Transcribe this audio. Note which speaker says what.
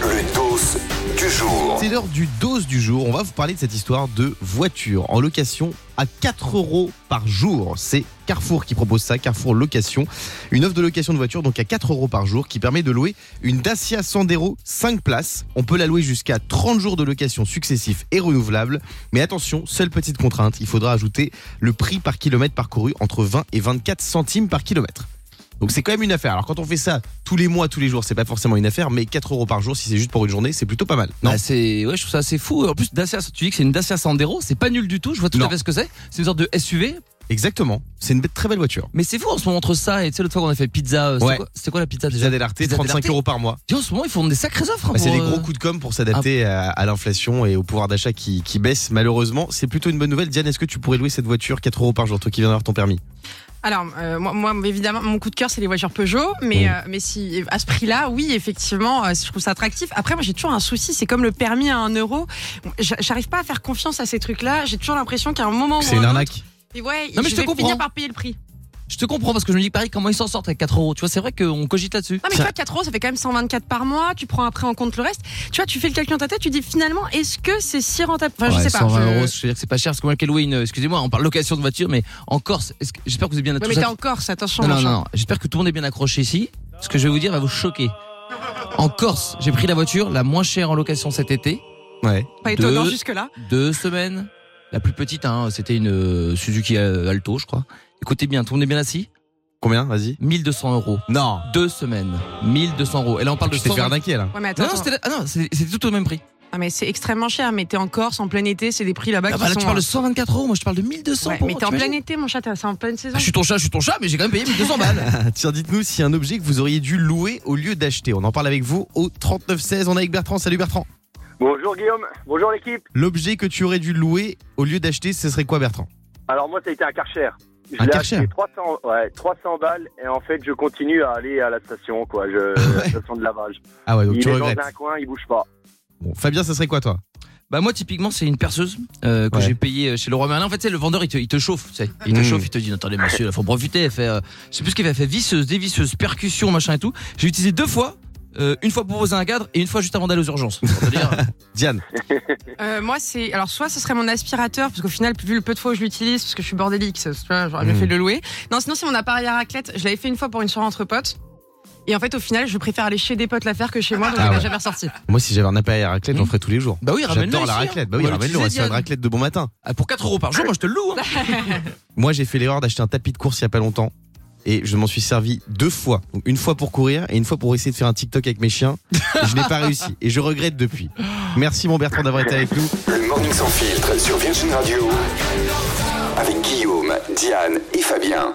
Speaker 1: Le dos du jour.
Speaker 2: C'est l'heure du dose du jour. On va vous parler de cette histoire de voiture en location à 4 euros par jour. C'est Carrefour qui propose ça, Carrefour Location. Une offre de location de voiture donc à 4 euros par jour qui permet de louer une Dacia Sandero 5 places. On peut la louer jusqu'à 30 jours de location successifs et renouvelables. Mais attention, seule petite contrainte, il faudra ajouter le prix par kilomètre parcouru entre 20 et 24 centimes par kilomètre. Donc c'est quand même une affaire. Alors quand on fait ça tous les mois, tous les jours, c'est pas forcément une affaire, mais 4 euros par jour, si c'est juste pour une journée, c'est plutôt pas mal. Non
Speaker 3: Bah, c'est ouais, je trouve ça assez fou. En plus, Dacia, tu dis que c'est une Dacia Sandero, c'est pas nul du tout. Je vois tout
Speaker 2: Non.
Speaker 3: à fait ce que c'est. C'est une sorte de SUV,
Speaker 2: Exactement. C'est une be- très belle voiture.
Speaker 3: mais c'est fou en ce moment entre ça et tu sais l'autre fois qu'on a fait pizza. euh, c'était
Speaker 2: Ouais.
Speaker 3: quoi- C'était quoi la pizza déjà
Speaker 2: Pizza Delarte,
Speaker 3: Pizza
Speaker 2: 35
Speaker 3: Delarte.
Speaker 2: euros par mois.
Speaker 3: Dis, En ce moment, ils font des sacrées offres. hein,
Speaker 2: Bah, c'est
Speaker 3: pour,
Speaker 2: des
Speaker 3: euh,
Speaker 2: gros coups de com pour s'adapter à, à l'inflation et au pouvoir d'achat qui, qui baisse malheureusement. C'est plutôt une bonne nouvelle. Diane, est-ce que tu pourrais louer cette voiture 4 euros par jour, toi qui viens d'avoir ton permis
Speaker 4: Alors, euh, moi, moi, évidemment, mon coup de cœur, c'est les voitures Peugeot, mais,
Speaker 2: Mm.
Speaker 4: euh, mais si, à ce prix-là, oui, effectivement, euh, je trouve ça attractif. Après, moi, j'ai toujours un souci, c'est comme le permis à 1 euro. Bon, j'a- J'arrive pas à faire confiance à ces trucs-là. J'ai toujours l'impression qu'à un moment ou
Speaker 2: C'est
Speaker 4: un
Speaker 2: une
Speaker 4: autre,
Speaker 2: arnaque.
Speaker 4: et ouais,
Speaker 3: Non, mais
Speaker 4: je,
Speaker 3: je te
Speaker 4: vais
Speaker 3: comprends.
Speaker 4: finir par payer le prix.
Speaker 3: Je te comprends parce que je me dis pareil, comment ils s'en sortent avec 4 euros. Tu vois, c'est vrai qu'on cogite là-dessus.
Speaker 4: Non, Ah, mais
Speaker 2: Ça-
Speaker 4: tu vois, 4 euros, ça fait quand même 124 par mois. Tu prends après en compte le reste. Tu vois, tu fais le calcul dans ta tête, tu dis finalement, est-ce que c'est si rentable Enfin, je
Speaker 3: Ouais,
Speaker 4: sais pas.
Speaker 3: 120
Speaker 4: je-
Speaker 3: euros, je veux dire que c'est pas cher parce que moi, quelle louer une, excusez-moi, on parle location de voiture, mais en Corse, est-ce que- j'espère que vous êtes bien
Speaker 4: Ouais,
Speaker 3: tous
Speaker 4: mais t'es
Speaker 3: att-
Speaker 4: en Corse, hein. attention.
Speaker 3: Non, non,
Speaker 4: machin.
Speaker 3: non, non. J'espère que tout le monde est bien accroché ici. Ce que je vais vous dire va vous choquer. En Corse, j'ai pris la voiture la moins chère en location cet été.
Speaker 2: Ouais.
Speaker 4: Pas étonnant
Speaker 3: Deux.
Speaker 4: jusque-là.
Speaker 3: Deux semaines. La plus petite, hein, c'était une euh, Suzuki euh, Alto, je crois. Écoutez bien, tournez bien assis.
Speaker 2: Combien Vas-y.
Speaker 3: 1200 euros.
Speaker 2: Non.
Speaker 3: Deux semaines. 1200 euros. Et là, on parle de
Speaker 2: Je t'ai fait
Speaker 3: 120
Speaker 2: arnaquer là.
Speaker 4: Ouais, mais attends.
Speaker 3: Non, non,
Speaker 4: attends.
Speaker 3: c'était ah non, c'est- c'était tout au même prix.
Speaker 4: Ah, mais c'est extrêmement cher. Mais t'es en Corse, en plein été, c'est des prix là-bas
Speaker 3: Ah
Speaker 4: qui
Speaker 3: bah, là,
Speaker 4: sont. euh,
Speaker 3: tu parles de 124 euros. Moi, je te parle de 1200
Speaker 4: Ouais,
Speaker 3: pour
Speaker 4: mais
Speaker 3: moi,
Speaker 4: t'es en
Speaker 3: t'imagines
Speaker 4: plein été, mon chat, t'es- c'est en pleine saison.
Speaker 3: Ah, je suis ton chat, je suis ton chat, mais j'ai quand même payé 1200 balles.
Speaker 2: Ah, Tiens, dites-nous si un objet que vous auriez dû louer au lieu d'acheter. On en parle avec vous au 3916. On est avec Bertrand. Salut Bertrand.
Speaker 5: Bonjour Guillaume, bonjour l'équipe.
Speaker 2: L'objet que tu aurais dû louer au lieu d'acheter, ce serait quoi Bertrand
Speaker 5: Alors moi ça a été un Karcher. Je
Speaker 2: Un
Speaker 5: l'ai
Speaker 2: Karcher
Speaker 5: acheté 300, ouais, 300 balles et en fait je continue à aller à la station quoi, je, la station de lavage.
Speaker 2: Ah ouais, donc
Speaker 5: il
Speaker 2: tu
Speaker 5: est
Speaker 2: regrettes.
Speaker 5: dans un coin, il bouge pas.
Speaker 2: Bon, Fabien, ce serait quoi toi
Speaker 3: bah, moi, typiquement, c'est une perceuse euh, que
Speaker 2: Ouais.
Speaker 3: j'ai payée chez Leroy Merlin. En fait, c'est le vendeur, il te, il te chauffe, tu sais. Il te
Speaker 2: Mm.
Speaker 3: chauffe, il te dit, attendez, monsieur, il faut en profiter. Elle fait, euh, je sais plus ce qu'elle fait, elle fait visseuse, dévisseuse, percussion, machin et tout. J'ai utilisé deux fois. euh, une fois pour poser un cadre et une fois juste avant d'aller aux urgences. C'est-à-dire,
Speaker 2: Diane.
Speaker 4: Euh, moi, c'est. Alors, soit ce serait mon aspirateur, parce qu'au final, vu le peu de fois où je l'utilise, parce que je suis bordélique, ça, tu vois, j'aurais mieux
Speaker 3: Mhm.
Speaker 2: Mm.
Speaker 4: fait de le louer. Non, sinon, c'est mon appareil à raclette. Je l'avais fait une fois pour une soirée entre potes. Et en fait, au final, je préfère aller chez des potes la faire que chez moi, donc
Speaker 2: Ah
Speaker 4: je l'ai
Speaker 2: ouais.
Speaker 4: jamais ressorti.
Speaker 2: Moi, si j'avais un appareil à raclette, j'en
Speaker 3: Mmh.
Speaker 2: ferais tous les jours.
Speaker 3: bah oui, ramène-le.
Speaker 2: J'adore la
Speaker 3: ici, hein.
Speaker 2: raclette. Bah
Speaker 3: On
Speaker 2: oui,
Speaker 3: va
Speaker 2: ramène-le. On va se
Speaker 3: l'utiliser,
Speaker 2: faire une
Speaker 3: Diane.
Speaker 2: raclette de bon matin.
Speaker 3: Ah, Pour 4 euros par jour, moi je te le loue. hein.
Speaker 2: Moi, j'ai fait l'erreur d'acheter un tapis de course il y a pas longtemps. Et je m'en suis servi deux fois. Donc, une fois pour courir et une fois pour essayer de faire un TikTok avec mes chiens. Et je n'ai pas réussi. Et je regrette depuis. Merci, mon Bertrand, d'avoir été avec nous.
Speaker 1: Le morning sans filtre sur Virgin Radio. Avec Guillaume, Diane et Fabien.